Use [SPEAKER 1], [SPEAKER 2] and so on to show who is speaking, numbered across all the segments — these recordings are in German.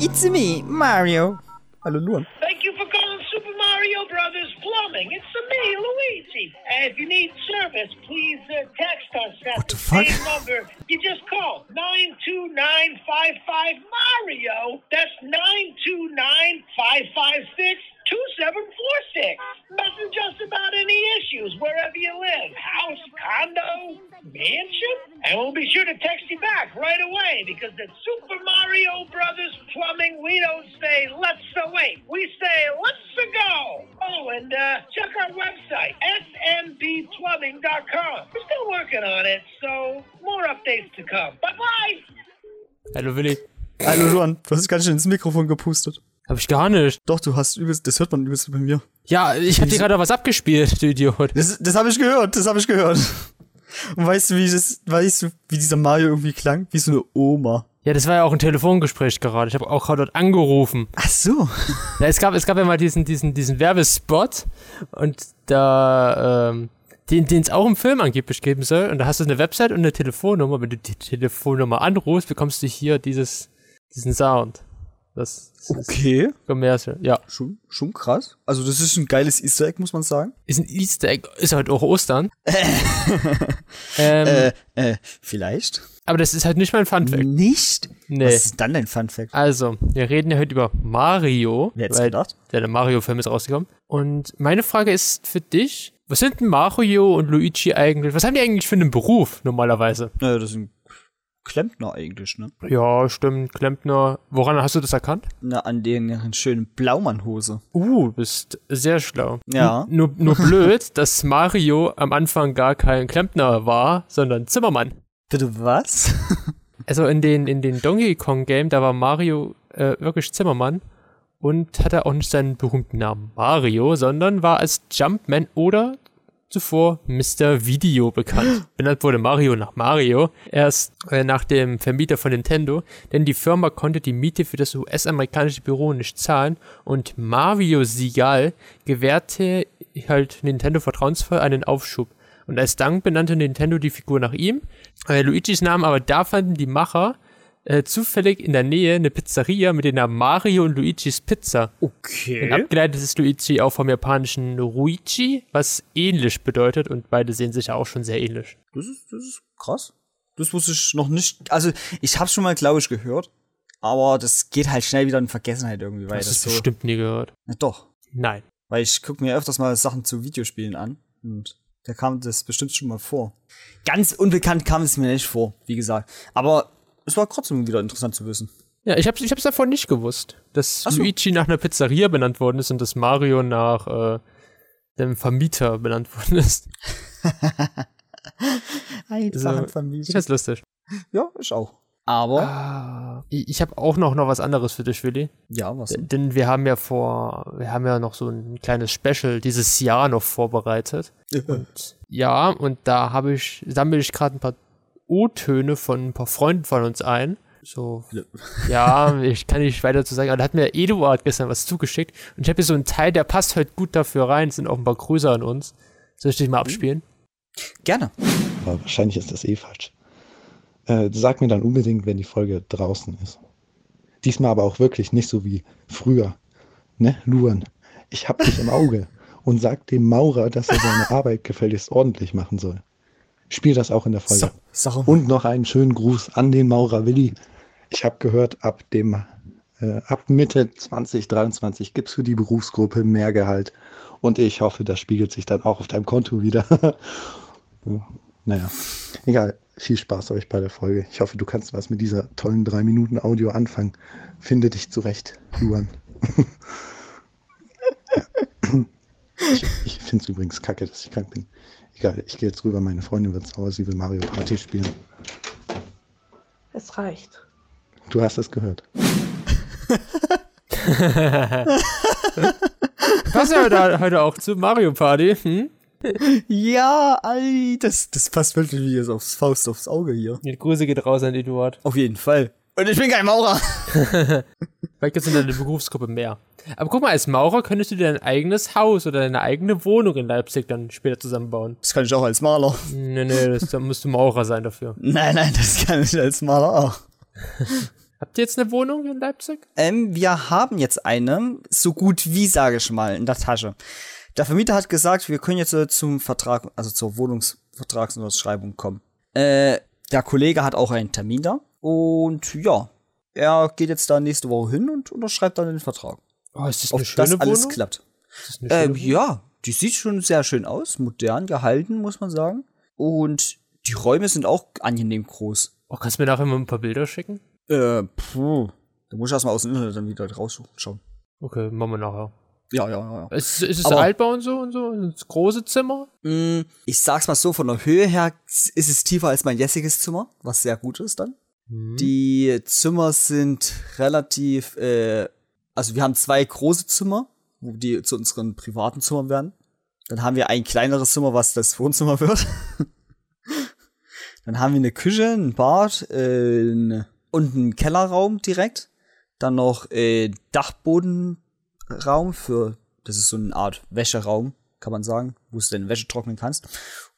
[SPEAKER 1] It's me, Mario.
[SPEAKER 2] Hallo Luan.
[SPEAKER 3] Thank you for calling Super Mario Brothers Plumbing. It's me, Luigi. Uh, if you need service, please uh, text us at
[SPEAKER 2] What the
[SPEAKER 3] the
[SPEAKER 2] fuck?
[SPEAKER 3] same number. You just call 92955 Mario. That's 929 2746. Message us about any issues wherever you live house, condo, mansion. And we'll be sure to text you back right away because at Super Mario Brothers Plumbing, we don't say let's a wait. We say let's a go. Oh, and uh, check our website, smbplumbing.com. We're still working on it, so more updates to come. Bye bye.
[SPEAKER 4] Hallo Willi.
[SPEAKER 2] Hallo Luan. Du hast ganz schön ins Mikrofon gepustet.
[SPEAKER 4] Hab ich gar nicht.
[SPEAKER 2] Doch, du hast übelst, das hört man übelst bei mir.
[SPEAKER 4] Ja, ich hab dir gerade was abgespielt, du Idiot.
[SPEAKER 2] Das, das habe ich gehört, das habe ich gehört. Und weißt du, wie das, weißt du, wie dieser Mario irgendwie klang? Wie so eine Oma.
[SPEAKER 4] Ja, das war ja auch ein Telefongespräch gerade. Ich habe auch gerade dort angerufen.
[SPEAKER 2] Ach so.
[SPEAKER 4] Ja, es, gab, es gab ja mal diesen, diesen, diesen Werbespot und da, ähm, den es auch im Film angeblich geben soll. Und da hast du eine Website und eine Telefonnummer. Wenn du die Telefonnummer anrufst, bekommst du hier dieses, diesen Sound. Das, das ist
[SPEAKER 2] Okay.
[SPEAKER 4] Commercial. Ja.
[SPEAKER 2] Schon, schon krass. Also, das ist ein geiles Easter Egg, muss man sagen.
[SPEAKER 4] Ist ein Easter Egg. Ist halt auch Ostern. ähm,
[SPEAKER 2] Äh, äh, vielleicht.
[SPEAKER 4] aber das ist halt nicht mein Funfact.
[SPEAKER 2] Nicht?
[SPEAKER 4] Nee.
[SPEAKER 2] Was ist dann dein Fun Fact?
[SPEAKER 4] Also, wir reden ja heute über Mario.
[SPEAKER 2] Wer hätte
[SPEAKER 4] weil
[SPEAKER 2] gedacht?
[SPEAKER 4] Der, der Mario-Film ist rausgekommen. Und meine Frage ist für dich, was sind denn Mario und Luigi eigentlich, was haben die eigentlich für einen Beruf normalerweise?
[SPEAKER 2] Naja, das ist ein Klempner eigentlich, ne?
[SPEAKER 4] Ja, stimmt, Klempner. Woran hast du das erkannt?
[SPEAKER 2] Na, an deren schönen Blaumannhose.
[SPEAKER 4] Uh, du bist sehr schlau.
[SPEAKER 2] Ja.
[SPEAKER 4] N- Nur, nur blöd, dass Mario am Anfang gar kein Klempner war, sondern Zimmermann.
[SPEAKER 2] Bitte was?
[SPEAKER 4] Also in den, in den Donkey Kong Game, da war Mario äh, wirklich Zimmermann und hatte auch nicht seinen berühmten Namen Mario, sondern war als Jumpman oder zuvor Mr. Video bekannt. Benannt wurde Mario nach Mario, erst äh, nach dem Vermieter von Nintendo, denn die Firma konnte die Miete für das US-amerikanische Büro nicht zahlen und Mario Sigal gewährte halt Nintendo vertrauensvoll einen Aufschub. Und als Dank benannte Nintendo die Figur nach ihm, äh, Luigis Namen, aber da fanden die Macher äh, zufällig in der Nähe eine Pizzeria mit dem Namen Mario und Luigis Pizza. Und
[SPEAKER 2] Okay.
[SPEAKER 4] abgeleitet ist Luigi auch vom japanischen Ruichi, was ähnlich bedeutet und beide sehen sich ja auch schon sehr ähnlich.
[SPEAKER 2] Das ist, das ist krass. Das wusste ich noch nicht. Also, ich hab's schon mal, glaube ich, gehört. Aber das geht halt schnell wieder in Vergessenheit irgendwie weiter.
[SPEAKER 4] Das ist
[SPEAKER 2] so.
[SPEAKER 4] bestimmt nie gehört.
[SPEAKER 2] Na doch.
[SPEAKER 4] Nein.
[SPEAKER 2] Weil ich gucke mir öfters mal Sachen zu Videospielen an. Und da kam das bestimmt schon mal vor. Ganz unbekannt kam es mir nicht vor, wie gesagt. Aber es war trotzdem wieder interessant zu wissen.
[SPEAKER 4] Ja, ich hab's, ich hab's davon nicht gewusst, dass
[SPEAKER 2] Ach so.
[SPEAKER 4] Luigi nach einer Pizzeria benannt worden ist und dass Mario nach äh, dem Vermieter benannt worden ist.
[SPEAKER 2] Einfach
[SPEAKER 4] Ich find's lustig.
[SPEAKER 2] Ja, ich auch. Aber,
[SPEAKER 4] Ah, ich ich habe auch noch, noch was anderes für dich, Willi.
[SPEAKER 2] ja, was?
[SPEAKER 4] D-
[SPEAKER 2] denn?
[SPEAKER 4] Denn wir haben ja vor, wir haben ja noch so ein kleines Special dieses Jahr noch vorbereitet. Und ja, und da habe ich, sammle ich gerade ein paar O-Töne von ein paar Freunden von uns ein. So, ja, ich kann nicht weiter zu sagen, aber da hat mir Eduard gestern was zugeschickt und ich habe hier so einen Teil, der passt halt gut dafür rein, Es sind auch ein paar Grüße an uns. Soll ich dich mal abspielen?
[SPEAKER 2] Gerne.
[SPEAKER 5] Aber wahrscheinlich ist das eh falsch. Äh, sag mir dann unbedingt, wenn die Folge draußen ist. Diesmal aber auch wirklich nicht so wie früher. Ne, Luan? Ich hab dich im Auge und sag dem Maurer, dass er seine Arbeit gefälligst ordentlich machen soll. Spiel das auch in der Folge.
[SPEAKER 2] Sache.
[SPEAKER 5] Und noch einen schönen Gruß an den Maurer Willi. Ich habe gehört, ab dem äh, ab Mitte 2023 gibt's für die Berufsgruppe mehr Gehalt. Und ich hoffe, das spiegelt sich dann auch auf deinem Konto wieder. Ja, naja, egal. Viel Spaß euch bei der Folge. Ich hoffe, du kannst was mit dieser tollen 3-Minuten-Audio anfangen. Finde dich zurecht, Luan. ich ich finde es übrigens kacke, dass ich krank bin. Egal, ich gehe jetzt rüber. Meine Freundin wird sauer. Sie will Mario Party spielen.
[SPEAKER 6] Es reicht.
[SPEAKER 5] Du hast es gehört.
[SPEAKER 4] Passt ja heute, heute auch zu Mario Party. Hm?
[SPEAKER 2] Ja, Alter, das, das passt wirklich wie jetzt aufs Faust aufs Auge hier.
[SPEAKER 4] Die Grüße geht raus an Eduard.
[SPEAKER 2] Auf jeden Fall. Und ich bin kein Maurer.
[SPEAKER 4] Vielleicht gibt es in deiner Berufsgruppe mehr. Aber guck mal, als Maurer könntest du dir dein eigenes Haus oder deine eigene Wohnung in Leipzig dann später zusammenbauen.
[SPEAKER 2] Das kann ich auch als Maler.
[SPEAKER 4] Nee, nee, das, da musst du Maurer sein dafür.
[SPEAKER 2] Nein, nein, das kann ich als Maler auch.
[SPEAKER 4] Habt ihr jetzt eine Wohnung in Leipzig?
[SPEAKER 2] Ähm, wir haben jetzt eine, so gut wie, sage ich mal, in der Tasche. Der Vermieter hat gesagt, wir können jetzt äh, zum Vertrag, also zur Wohnungsvertragsunterschreibung kommen. Äh, der Kollege hat auch einen Termin da. Und ja, er geht jetzt da nächste Woche hin und unterschreibt dann den Vertrag.
[SPEAKER 4] Oh, ist das
[SPEAKER 2] Ob
[SPEAKER 4] eine schöne
[SPEAKER 2] das alles
[SPEAKER 4] Wohnung?
[SPEAKER 2] klappt.
[SPEAKER 4] Ist das eine
[SPEAKER 2] Ähm,
[SPEAKER 4] schöne Wohnung?
[SPEAKER 2] ja, die sieht schon sehr schön aus, modern gehalten, muss man sagen. Und die Räume sind auch angenehm groß.
[SPEAKER 4] Oh, kannst du mir nachher mal ein paar Bilder schicken?
[SPEAKER 2] Äh, puh. Da muss ich erstmal aus dem Internet dann wieder rausschauen.
[SPEAKER 4] Okay, machen wir nachher.
[SPEAKER 2] Ja, ja, ja. ja.
[SPEAKER 4] Ist, ist es
[SPEAKER 2] Aber-
[SPEAKER 4] Altbau und so und so? Das große Zimmer?
[SPEAKER 2] Mm, Ich sag's mal so, von der Höhe her ist es tiefer als mein jetziges Zimmer, was sehr gut ist dann.
[SPEAKER 4] Mhm. Hm.
[SPEAKER 2] Die Zimmer sind relativ, äh, also wir haben zwei große Zimmer, wo die zu unseren privaten Zimmern werden. Dann haben wir ein kleineres Zimmer, was das Wohnzimmer wird. Dann haben wir eine Küche, ein Bad äh, ein- und einen Kellerraum direkt. Dann noch äh, Dachbodenraum für, das ist so eine Art Wäscheraum, kann man sagen, wo du deine Wäsche trocknen kannst.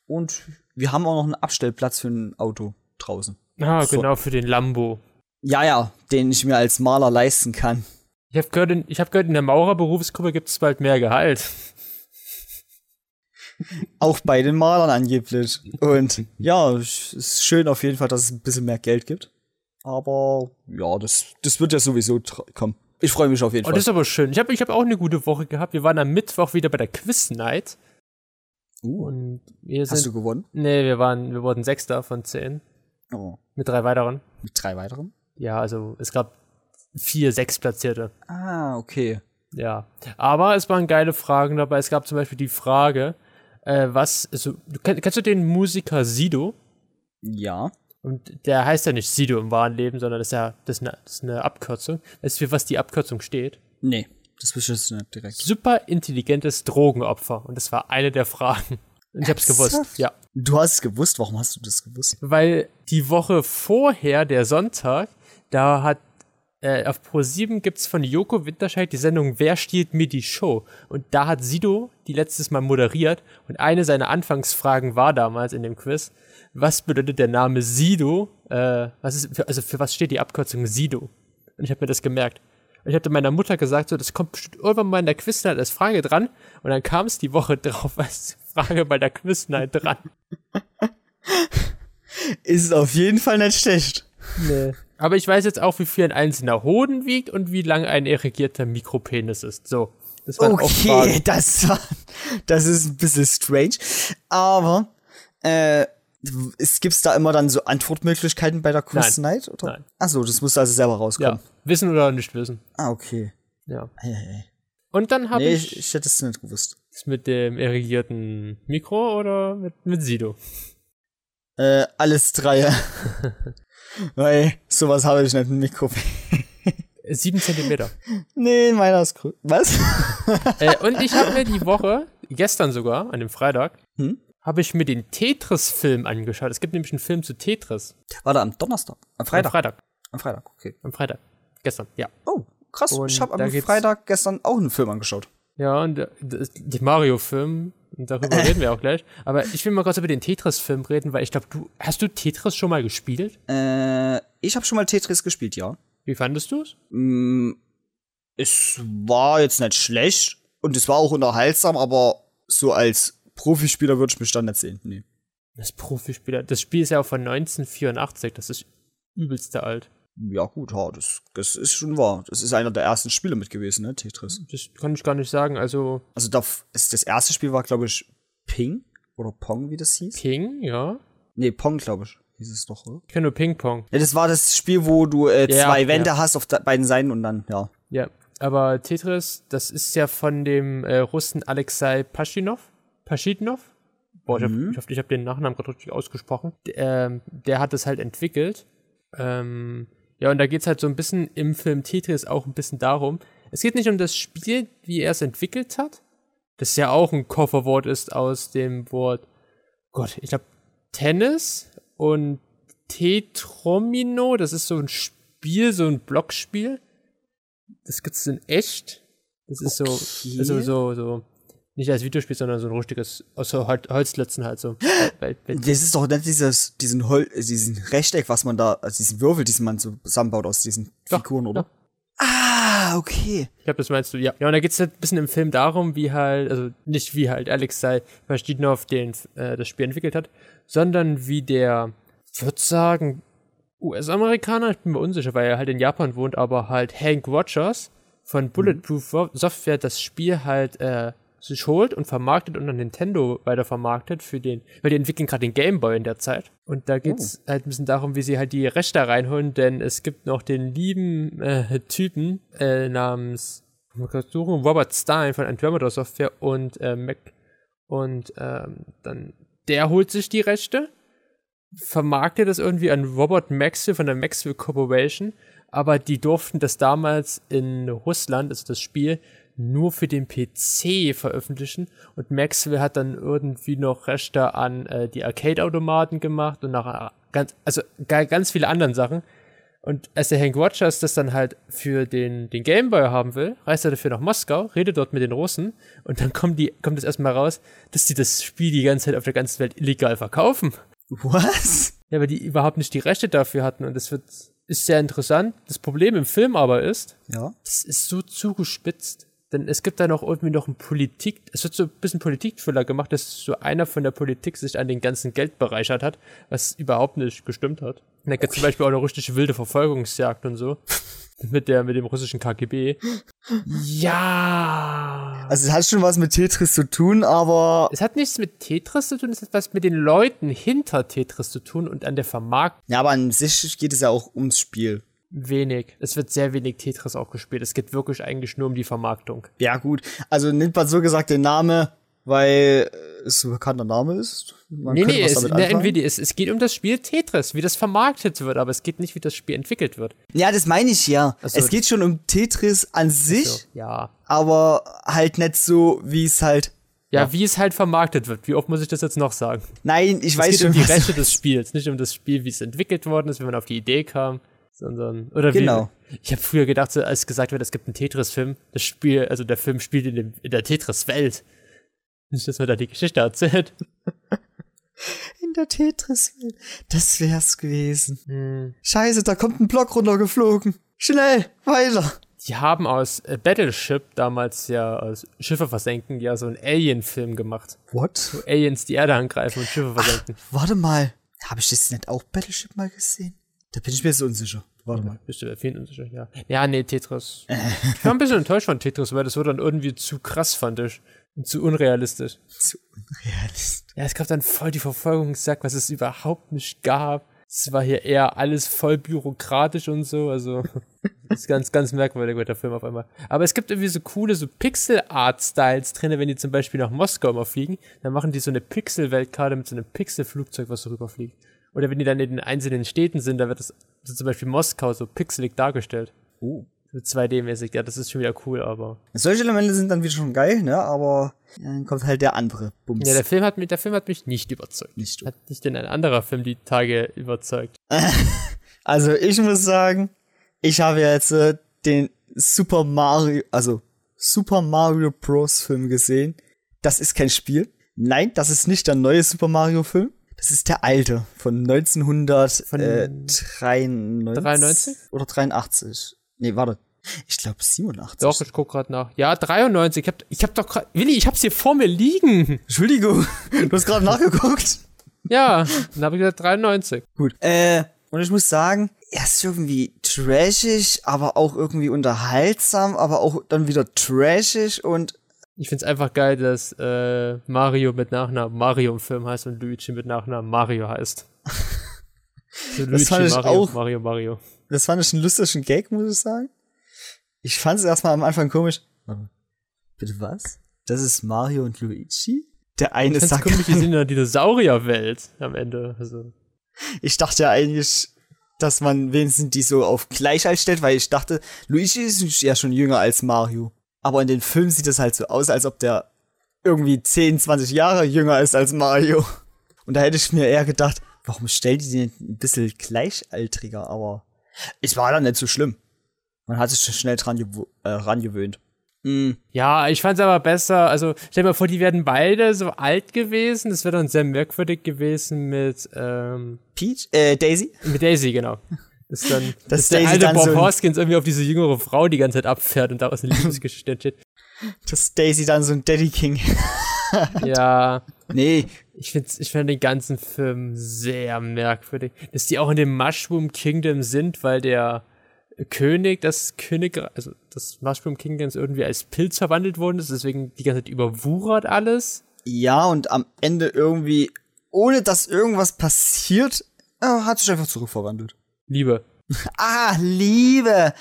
[SPEAKER 2] Und wir haben auch noch einen Abstellplatz für ein Auto draußen.
[SPEAKER 4] Ah,
[SPEAKER 2] So.
[SPEAKER 4] genau, für den Lambo.
[SPEAKER 2] Ja, ja, den ich mir als Maler leisten kann.
[SPEAKER 4] Ich habe gehört, in- ich hab gehört, in der Maurerberufsgruppe gibt es bald mehr Gehalt.
[SPEAKER 2] Auch bei den Malern angeblich. Und ja, es ist schön auf jeden Fall, dass es ein bisschen mehr Geld gibt. Aber ja, das, das wird ja sowieso tra- kommen. Ich freue mich auf jeden
[SPEAKER 4] Oh,
[SPEAKER 2] Fall.
[SPEAKER 4] das ist aber schön. Ich habe ich hab auch eine gute Woche gehabt. Wir waren am Mittwoch wieder bei der Quiz Night.
[SPEAKER 2] uh,
[SPEAKER 4] Und wir
[SPEAKER 2] hast du
[SPEAKER 4] sind.
[SPEAKER 2] gewonnen?
[SPEAKER 4] Nee, wir, waren, wir wurden Sechster von zehn.
[SPEAKER 2] Oh.
[SPEAKER 4] Mit drei weiteren.
[SPEAKER 2] Mit drei weiteren?
[SPEAKER 4] Ja, also es gab vier Sechstplatzierte.
[SPEAKER 2] Ah, okay.
[SPEAKER 4] Ja. Aber es waren geile Fragen dabei. Es gab zum Beispiel die Frage, äh, was. Also, du, kenn- kennst du den Musiker Sido?
[SPEAKER 2] Ja.
[SPEAKER 4] Und der heißt ja nicht Sido im wahren Leben, sondern das ist ja das ist eine, das ist eine Abkürzung. Weißt du, für was die Abkürzung steht?
[SPEAKER 2] Nee, das wüsstest du nicht direkt.
[SPEAKER 4] Super intelligentes Drogenopfer. Und das war eine der Fragen. Und ich hab's gewusst.
[SPEAKER 2] Ernsthaft?
[SPEAKER 4] Ja.
[SPEAKER 2] Du hast es gewusst, warum hast du das gewusst?
[SPEAKER 4] Weil die Woche vorher, der Sonntag, da hat äh, auf Pro7 gibt's von Joko Winterscheid die Sendung Wer stiehlt mir die Show? Und da hat Sido die letztes Mal moderiert und eine seiner Anfangsfragen war damals in dem Quiz, was bedeutet der Name Sido? Äh, was ist für, also für was steht die Abkürzung Sido? Und ich habe mir das gemerkt. Und ich hatte meiner Mutter gesagt, so, das kommt bestimmt irgendwann mal in der Quiznight als Frage dran. Und dann kam es die Woche drauf als Frage bei der Quiznight dran.
[SPEAKER 2] Ist auf jeden Fall nicht schlecht.
[SPEAKER 4] Aber ich weiß jetzt auch, wie viel ein einzelner Hoden wiegt und wie lang ein erregierter Mikropenis ist. So. Das waren auch
[SPEAKER 2] Okay,
[SPEAKER 4] Fragen.
[SPEAKER 2] das war, das ist ein bisschen strange. Aber, äh, es gibt's da immer dann so Antwortmöglichkeiten bei der Quiz
[SPEAKER 4] Nein.
[SPEAKER 2] Night? Oder?
[SPEAKER 4] Nein.
[SPEAKER 2] Ach so, das musst du also selber
[SPEAKER 4] Ja.
[SPEAKER 2] rauskommen.
[SPEAKER 4] Wissen oder nicht wissen.
[SPEAKER 2] Ah, okay.
[SPEAKER 4] Ja.
[SPEAKER 2] Ei, ei,
[SPEAKER 4] Und dann
[SPEAKER 2] ei.
[SPEAKER 4] habe
[SPEAKER 2] Nee, ich,
[SPEAKER 4] ich
[SPEAKER 2] ich hätte es nicht gewusst.
[SPEAKER 4] es mit dem erregierten Mikro oder mit, mit Sido.
[SPEAKER 2] Äh, alles drei. Weil sowas habe ich nicht im Mikrofon.
[SPEAKER 4] Äh, Sieben Zentimeter.
[SPEAKER 2] Nee, meiner ist grün. Was?
[SPEAKER 4] äh, und ich habe mir die Woche, gestern sogar, an dem Freitag,
[SPEAKER 2] Hm?
[SPEAKER 4] habe ich mir den Tetris-Film angeschaut. Es gibt nämlich einen Film zu Tetris.
[SPEAKER 2] War da am Donnerstag? Am
[SPEAKER 4] Am
[SPEAKER 2] Freitag?
[SPEAKER 4] Freitag.
[SPEAKER 2] Am Freitag, okay.
[SPEAKER 4] Am Freitag. Gestern, ja.
[SPEAKER 2] Oh, krass.
[SPEAKER 4] Und
[SPEAKER 2] ich habe
[SPEAKER 4] da
[SPEAKER 2] am
[SPEAKER 4] gibt's-
[SPEAKER 2] Freitag gestern auch einen Film angeschaut.
[SPEAKER 4] Ja, und der, das- die Mario-Film, und darüber reden wir auch gleich. Aber ich will mal kurz über den Tetris-Film reden, weil ich glaube, du. Hast du Tetris schon mal gespielt?
[SPEAKER 2] Äh, ich habe schon mal Tetris gespielt, ja.
[SPEAKER 4] Wie fandest du es?
[SPEAKER 2] Mm, es war jetzt nicht schlecht und es war auch unterhaltsam, aber so als Profispieler würde ich mich dann nicht sehen. Nee.
[SPEAKER 4] Das Profispieler. Das Spiel ist ja auch von 1984, das ist übelste alt.
[SPEAKER 2] Ja, gut, ja, das, das ist schon wahr. Das ist einer der ersten Spiele mit gewesen, ne, Tetris.
[SPEAKER 4] Das kann ich gar nicht sagen. Also,
[SPEAKER 2] Also da, f- ist das erste Spiel war, glaube ich, Ping oder Pong, wie das hieß.
[SPEAKER 4] Ping, ja.
[SPEAKER 2] Nee, Pong, glaube ich, hieß es doch, oder?
[SPEAKER 4] Ich kenne nur Ping-Pong.
[SPEAKER 2] Ja, das war das Spiel, wo du äh,
[SPEAKER 4] Ja,
[SPEAKER 2] zwei
[SPEAKER 4] ja.
[SPEAKER 2] Wände hast auf da- beiden Seiten und dann, ja.
[SPEAKER 4] Ja. Aber Tetris, das ist ja von dem äh, Russen Alexei Paschinov. Paschinov? Boah, ich hab- ich hoffe, ich habe den Nachnamen gerade richtig ausgesprochen. Mhm. D ähm, der hat das halt entwickelt. Ähm, ja, und da geht's halt so ein bisschen im Film Tetris auch ein bisschen darum. Es geht nicht um das Spiel, wie er es entwickelt hat. Das ja auch ein Kofferwort ist aus dem Wort, Gott, ich glaube, Tennis und Tetromino. Das ist so ein Spiel, so ein Blockspiel. Das gibt's in echt. Das ist so,
[SPEAKER 2] Okay.
[SPEAKER 4] also so, so Nicht als Videospiel, sondern so ein richtiges, aus Hol- Holzklötzen halt so. Welt, Welt.
[SPEAKER 2] Das ist doch nicht dieses, diesen, Hol äh, diesen Rechteck, was man da, also diesen Würfel, diesen man so zusammenbaut aus diesen
[SPEAKER 4] Doch,
[SPEAKER 2] Figuren, oder? Ah, okay.
[SPEAKER 4] Ich glaube, das meinst du, ja. Ja, und da geht's halt ein bisschen im Film darum, wie halt, also nicht wie halt Alex Seil Verschiedenhoff den, äh, das Spiel entwickelt hat, sondern wie der, ich würde sagen, US-Amerikaner, ich bin mir unsicher, weil er halt in Japan wohnt, aber halt Hank Rogers von Bulletproof Wo- Software das Spiel halt äh, sich holt und vermarktet und an Nintendo weiter vermarktet für den, weil die entwickeln gerade den Gameboy in der Zeit. Und da geht's halt ein bisschen darum, wie sie halt die Rechte reinholen, denn es gibt noch den lieben äh, Typen äh, namens mal kurz suchen, Robert Stein von Andromeda Software und äh, Mac und ähm, dann der holt sich die Rechte vermarktet das irgendwie an Robert Maxwell von der Maxwell Corporation, aber die durften das damals in Russland, also das Spiel, nur für den PC veröffentlichen und Maxwell hat dann irgendwie noch Rechte an äh, die Arcade-Automaten gemacht und nach ganz, also ga- ganz viele anderen Sachen. Und als der Hank Rogers das dann halt für den, den Gameboy haben will, reist er dafür nach Moskau, redet dort mit den Russen und dann kommt, die, kommt es erstmal raus, dass die das Spiel die ganze Zeit auf der ganzen Welt illegal verkaufen.
[SPEAKER 2] Was?
[SPEAKER 4] Ja, weil die überhaupt nicht die Rechte dafür hatten und das wird, ist sehr interessant. Das Problem im Film aber ist,
[SPEAKER 2] Ja.
[SPEAKER 4] es ist so zugespitzt. Denn es gibt da noch irgendwie noch ein Politik, es wird so ein bisschen Politikfüller gemacht, dass so einer von der Politik sich an den ganzen Geld bereichert hat, was überhaupt nicht gestimmt hat. Und da gibt zum Beispiel auch eine richtig wilde Verfolgungsjagd und so. mit der, mit dem russischen KGB. Ja.
[SPEAKER 2] Also es hat schon was mit Tetris zu tun, aber
[SPEAKER 4] Es hat nichts mit Tetris zu tun, es hat was mit den Leuten hinter Tetris zu tun und an der Vermarktung.
[SPEAKER 2] ja, aber an sich geht es ja auch ums Spiel.
[SPEAKER 4] Wenig. Es wird sehr wenig Tetris auch gespielt. Es geht wirklich eigentlich nur um die Vermarktung.
[SPEAKER 2] Ja, gut. Also nimmt man so gesagt den Name, weil es ein bekannter Name ist. Man
[SPEAKER 4] nee,
[SPEAKER 2] könnte
[SPEAKER 4] nee,
[SPEAKER 2] was
[SPEAKER 4] es,
[SPEAKER 2] damit
[SPEAKER 4] ne,
[SPEAKER 2] anfangen.
[SPEAKER 4] Nvidia, es, es geht um das Spiel Tetris, wie das vermarktet wird, aber es geht nicht, wie das Spiel entwickelt wird.
[SPEAKER 2] Ja, das meine ich ja.
[SPEAKER 4] so.
[SPEAKER 2] Es geht schon um Tetris an sich,
[SPEAKER 4] So, ja.
[SPEAKER 2] aber halt nicht so, wie es halt.
[SPEAKER 4] ja. wie es halt vermarktet wird. Wie oft muss ich das jetzt noch sagen?
[SPEAKER 2] Nein, ich
[SPEAKER 4] Es
[SPEAKER 2] weiß
[SPEAKER 4] geht
[SPEAKER 2] schon.
[SPEAKER 4] um die
[SPEAKER 2] was-
[SPEAKER 4] Rechte des Spiels, nicht um das Spiel, wie es entwickelt worden ist, wenn man auf die Idee kam, sondern oder
[SPEAKER 2] Genau.
[SPEAKER 4] wie. Ich habe früher gedacht, so, als gesagt wird, es gibt einen Tetris-Film, das Spiel, also der Film spielt in, dem, in der Tetris-Welt. Nicht, dass man da die Geschichte erzählt.
[SPEAKER 2] In der Tetris. Das wär's gewesen. Hm. Scheiße, da kommt ein Block runtergeflogen. Schnell, weiter.
[SPEAKER 4] Die haben aus äh, Battleship damals ja aus Schiffe versenken, ja so einen Alien-Film gemacht.
[SPEAKER 2] What?
[SPEAKER 4] Aliens die Erde angreifen und Schiffe versenken.
[SPEAKER 2] Warte mal. Habe ich das nicht auch Battleship mal gesehen? Da bin ich mir so unsicher. Warte mal.
[SPEAKER 4] Bist du bei vielen unsicher, ja. Ja, nee, Tetris. Ich war ein bisschen enttäuscht von Tetris, weil das wurde dann irgendwie zu krass, fand ich. Und zu unrealistisch.
[SPEAKER 2] Zu unrealistisch.
[SPEAKER 4] Ja, es gab dann voll die Verfolgungsjagd, was es überhaupt nicht gab. Es war hier eher alles voll bürokratisch und so, also ist ganz, ganz merkwürdig wird der Film auf einmal. Aber es gibt irgendwie so coole, so Pixel-Art-Styles drin, wenn die zum Beispiel nach Moskau immer fliegen, dann machen die so eine Pixel-Weltkarte mit so einem Pixel-Flugzeug, was so rüberfliegt. Oder wenn die dann in den einzelnen Städten sind, dann wird das so zum Beispiel Moskau so pixelig dargestellt.
[SPEAKER 2] Oh.
[SPEAKER 4] So 2D-mäßig, ja, das ist schon wieder cool, aber.
[SPEAKER 2] Solche Elemente sind dann wieder schon geil, ne? Aber dann kommt halt der andere Bums.
[SPEAKER 4] Ja, der Film hat mich, der Film hat mich nicht überzeugt.
[SPEAKER 2] Nicht.
[SPEAKER 4] Hat dich denn ein anderer Film die Tage überzeugt?
[SPEAKER 2] Also ich muss sagen, ich habe jetzt äh, den Super Mario, also Super Mario Bros. Film gesehen. Das ist kein Spiel. Nein, das ist nicht der neue Super Mario Film. Das ist der alte von 1993
[SPEAKER 4] 93?
[SPEAKER 2] oder 83. Nee, warte. Ich glaube 87.
[SPEAKER 4] Doch, ich guck gerade nach. Ja, 93. Ich hab, ich hab doch grad, Willi, ich hab's hier vor mir liegen.
[SPEAKER 2] Entschuldigung, du hast gerade nachgeguckt.
[SPEAKER 4] Ja, dann habe ich gesagt 93.
[SPEAKER 2] Gut. Äh, und ich muss sagen, er ist irgendwie trashig, aber auch irgendwie unterhaltsam, aber auch dann wieder trashig und
[SPEAKER 4] Ich find's einfach geil, dass äh, Mario mit Nachnamen Mario im Film heißt und Luigi mit Nachnamen Mario heißt. So Luigi,
[SPEAKER 2] fand ich
[SPEAKER 4] Mario,
[SPEAKER 2] auch-
[SPEAKER 4] Mario, Mario.
[SPEAKER 2] das fand ich einen lustigen Gag, muss ich sagen. Ich fand es erstmal am Anfang komisch. Warte mal. Bitte was? Das ist Mario und Luigi? Der eine
[SPEAKER 4] Ich find's
[SPEAKER 2] sagt,
[SPEAKER 4] komisch, die sind in der Dinosaurierwelt am Ende. Also,
[SPEAKER 2] ich dachte ja eigentlich, dass man wenigstens die so auf Gleichheit stellt, weil ich dachte, Luigi ist ja schon jünger als Mario. Aber in den Filmen sieht es halt so aus, als ob der irgendwie 10, 20 Jahre jünger ist als Mario. Und da hätte ich mir eher gedacht, warum stellen die den ein bisschen gleichaltriger? Aber es war dann nicht so schlimm. Man hat sich schnell dran gewo- äh, rangewöhnt. Mm.
[SPEAKER 4] Ja, ich fand's aber besser. Also, stell dir mal vor, die wären beide so alt gewesen. Das wäre dann sehr merkwürdig gewesen mit, ähm,
[SPEAKER 2] Peach? Äh, Daisy?
[SPEAKER 4] mit Daisy, genau. Ist dann, dass
[SPEAKER 2] Dass
[SPEAKER 4] der
[SPEAKER 2] Daisy
[SPEAKER 4] alte
[SPEAKER 2] dann
[SPEAKER 4] Bob
[SPEAKER 2] so ein-
[SPEAKER 4] Hoskins irgendwie auf diese jüngere Frau die ganze Zeit abfährt und daraus eine Liebesgeschichte entsteht.
[SPEAKER 2] Dass Daisy dann so ein Daddy King.
[SPEAKER 4] Ja,
[SPEAKER 2] nee,
[SPEAKER 4] ich find's, ich find den ganzen Film sehr merkwürdig. Dass die auch in dem Mushroom Kingdom sind, weil der König, das König, also das Mushroom Kingdom ist irgendwie als Pilz verwandelt worden ist, deswegen die ganze Zeit überwuchert alles.
[SPEAKER 2] ja, und am Ende irgendwie, ohne dass irgendwas passiert, äh, hat sich einfach zurückverwandelt.
[SPEAKER 4] Liebe.
[SPEAKER 2] Ah, Liebe!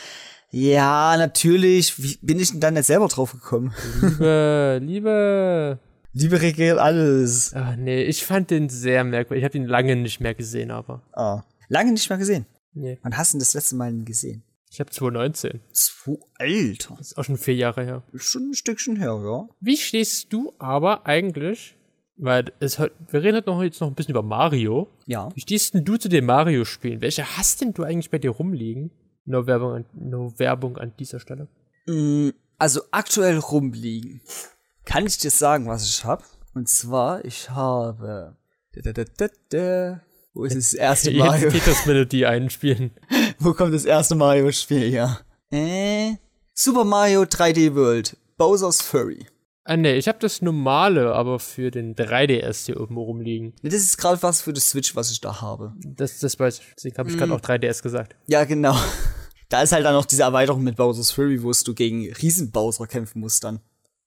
[SPEAKER 2] Ja, natürlich. Wie bin ich denn dann jetzt selber drauf gekommen?
[SPEAKER 4] Liebe, Äh, Liebe.
[SPEAKER 2] Liebe regiert alles.
[SPEAKER 4] Ach nee, ich fand den sehr merkwürdig. Ich habe ihn lange nicht mehr gesehen, aber.
[SPEAKER 2] Ah. Lange nicht mehr gesehen.
[SPEAKER 4] Nee.
[SPEAKER 2] Wann hast du denn das letzte Mal ihn gesehen?
[SPEAKER 4] Ich habe 2019.
[SPEAKER 2] Zwei, Alter.
[SPEAKER 4] Das ist auch schon vier Jahre her.
[SPEAKER 2] Ist schon ein Stückchen her, ja.
[SPEAKER 4] Wie stehst du aber eigentlich? Weil es hat, wir reden halt noch, jetzt noch ein bisschen über Mario.
[SPEAKER 2] Ja.
[SPEAKER 4] Wie stehst denn du zu den Mario-Spielen? Welche hast denn du eigentlich bei dir rumliegen? No Werbung an, no Werbung an dieser Stelle.
[SPEAKER 2] Mm, Also aktuell rumliegen. Kann ich dir sagen, was ich habe? Und zwar, ich habe. Da, da, da, da, da. Wo ist das erste Mario?
[SPEAKER 4] Jetzt Tetris-Melodie einspielen.
[SPEAKER 2] Wo kommt das erste Mario-Spiel her? Äh. Super Mario 3D World. Bowser's Furry.
[SPEAKER 4] Ah ne, ich habe das normale, aber für den 3DS hier oben rumliegen.
[SPEAKER 2] Das ist gerade was für die Switch, was ich da habe.
[SPEAKER 4] Das, das weiß ich. Deswegen habe ich gerade auch 3DS gesagt.
[SPEAKER 2] Ja, genau. Da ist halt dann noch diese Erweiterung mit Bowser's Fury, wo du gegen Riesen-Bowser kämpfen musst dann.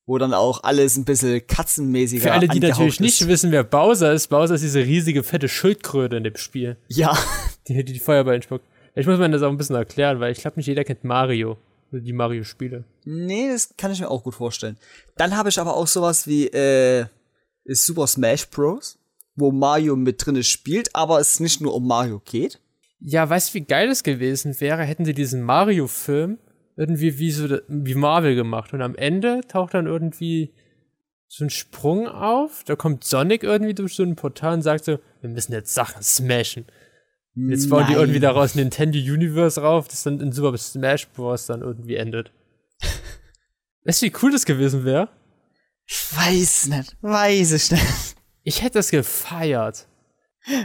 [SPEAKER 2] Wo dann auch alles ein bisschen katzenmäßiger
[SPEAKER 4] Für alle, die
[SPEAKER 2] angehaucht
[SPEAKER 4] natürlich
[SPEAKER 2] ist.
[SPEAKER 4] nicht wissen, wer Bowser ist, Bowser ist diese riesige, fette Schildkröte in dem Spiel,
[SPEAKER 2] Ja,
[SPEAKER 4] die die, die Feuerball entspuckt. Ich muss mir das auch ein bisschen erklären, weil ich glaube, nicht jeder kennt Mario. Also die Mario-Spiele.
[SPEAKER 2] nee, das kann ich mir auch gut vorstellen. Dann habe ich aber auch sowas wie äh, Super Smash Bros., wo Mario mit drinne spielt, aber es nicht nur um Mario geht.
[SPEAKER 4] Ja, weißt du, wie geil das gewesen wäre, hätten sie diesen Mario-Film irgendwie wie so wie Marvel gemacht. Und am Ende taucht dann irgendwie so ein Sprung auf, da kommt Sonic irgendwie durch so ein Portal und sagt so, wir müssen jetzt Sachen smashen. Und Jetzt bauen die
[SPEAKER 2] Nein.
[SPEAKER 4] irgendwie daraus Nintendo Universe rauf, das dann in Super Smash Bros. dann irgendwie endet. Weißt du, wie cool das gewesen wäre?
[SPEAKER 2] Ich weiß nicht, weiß ich nicht.
[SPEAKER 4] Ich hätte das gefeiert.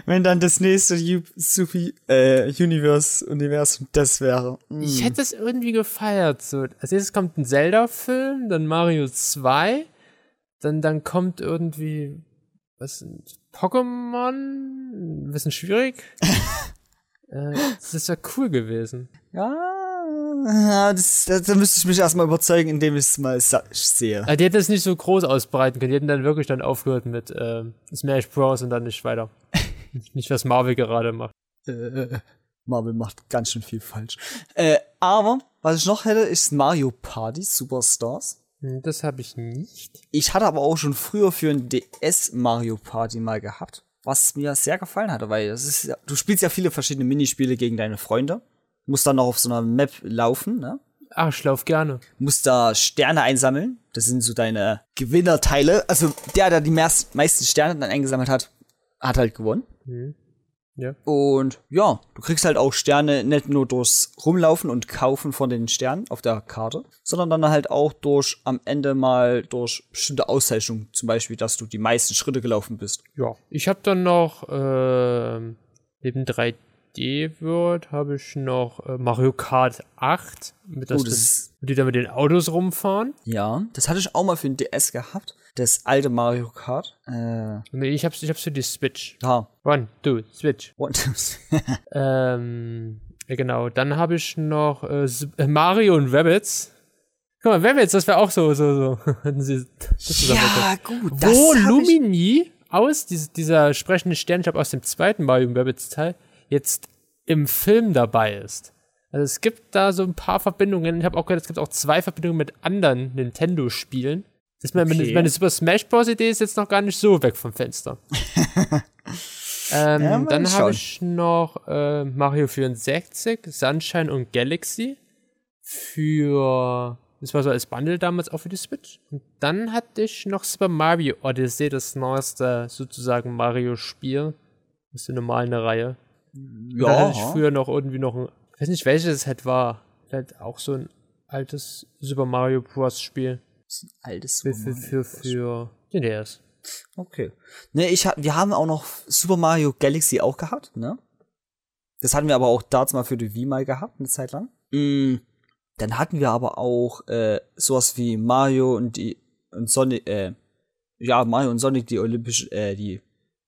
[SPEAKER 2] Wenn dann das nächste U Supi äh, Universe Universum das wäre. hm.
[SPEAKER 4] Ich hätte das irgendwie gefeiert. So. Als nächstes kommt ein Zelda-Film, dann Mario 2, dann, dann kommt irgendwie, was sind Pokémon? Ein bisschen schwierig. äh, das wäre cool gewesen.
[SPEAKER 2] Ja, ah, das, das, da müsste ich mich erstmal überzeugen, indem ich es mal sa- sehe.
[SPEAKER 4] Aber Also, die hätten das nicht so groß ausbreiten können. Die hätten dann wirklich dann aufgehört mit ähm, Smash Bros. und dann nicht weiter. nicht, was Marvel gerade macht.
[SPEAKER 2] Äh, Marvel macht ganz schön viel falsch. Äh, aber, was ich noch hätte, ist Mario Party Superstars.
[SPEAKER 4] Hm, Das habe ich nicht.
[SPEAKER 2] Ich hatte aber auch schon früher für ein DS Mario Party mal gehabt, was mir sehr gefallen hatte, weil das ist, ja- du spielst ja viele verschiedene Minispiele gegen deine Freunde, musst dann noch auf so einer Map laufen, ne?
[SPEAKER 4] Ach, ich lauf gerne.
[SPEAKER 2] musst da Sterne einsammeln. Das sind so deine Gewinnerteile. Also der, der die meist- meisten Sterne dann eingesammelt hat, hat halt gewonnen.
[SPEAKER 4] Ja.
[SPEAKER 2] Und ja, du kriegst halt auch Sterne nicht nur durchs Rumlaufen und Kaufen von den Sternen auf der Karte, sondern dann halt auch durch am Ende mal durch bestimmte Auszeichnungen. Zum Beispiel, dass du die meisten Schritte gelaufen bist.
[SPEAKER 4] Ja, ich habe dann noch ähm, neben 3D World habe ich noch äh, Mario Kart 8, mit das,
[SPEAKER 2] Oh, das ist-
[SPEAKER 4] wo die da mit den Autos rumfahren.
[SPEAKER 2] Ja, das hatte ich auch mal für den DS gehabt. Das alte Mario Kart. Äh,
[SPEAKER 4] Nee, Ich hab's, ich hab's für die Switch.
[SPEAKER 2] ja.
[SPEAKER 4] One, two, Switch.
[SPEAKER 2] Und
[SPEAKER 4] Ähm, ja, genau. Dann habe ich noch äh, S- äh, Mario und Rabbits. Guck mal, Rabbits, das wäre auch so, so, so. Hätten sie das zusammengebracht.
[SPEAKER 2] ja, Ah, gut. das
[SPEAKER 4] Wo
[SPEAKER 2] hab ich-
[SPEAKER 4] Lumini aus, diese, dieser sprechende Sternschab aus dem zweiten Mario und Rabbits Teil, jetzt im Film dabei ist. Also es gibt da so ein paar Verbindungen. Ich habe auch gehört, es gibt auch zwei Verbindungen mit anderen Nintendo-Spielen. Das ist meine,
[SPEAKER 2] Okay.
[SPEAKER 4] meine Super Smash Bros. Idee ist jetzt noch gar nicht so weg vom Fenster. ähm,
[SPEAKER 2] Ja, mal
[SPEAKER 4] dann
[SPEAKER 2] schauen.
[SPEAKER 4] habe ich noch äh, Mario 64, Sunshine und Galaxy für. Das war so als Bundle damals auch für die Switch. Und dann hatte ich noch Super Mario Odyssey, das neueste sozusagen Mario-Spiel. Das ist ja normal eine Reihe.
[SPEAKER 2] ja.
[SPEAKER 4] Da hatte ich früher noch irgendwie noch ein. Ich weiß nicht, welches es halt war. Vielleicht auch so ein altes Super Mario Bros. Spiel.
[SPEAKER 2] Das ist ein altes
[SPEAKER 4] Für,
[SPEAKER 2] Super
[SPEAKER 4] für,
[SPEAKER 2] Mario.
[SPEAKER 4] für, für den DS.
[SPEAKER 2] Okay. Ne, ich hab, wir haben auch noch Super Mario Galaxy auch gehabt, ne? Das hatten wir aber auch damals mal für die Wii mal gehabt, eine Zeit lang. Mm, dann hatten wir aber auch äh, sowas wie Mario und die und Sonic, äh, ja, Mario und Sonic, die Olympischen, äh, die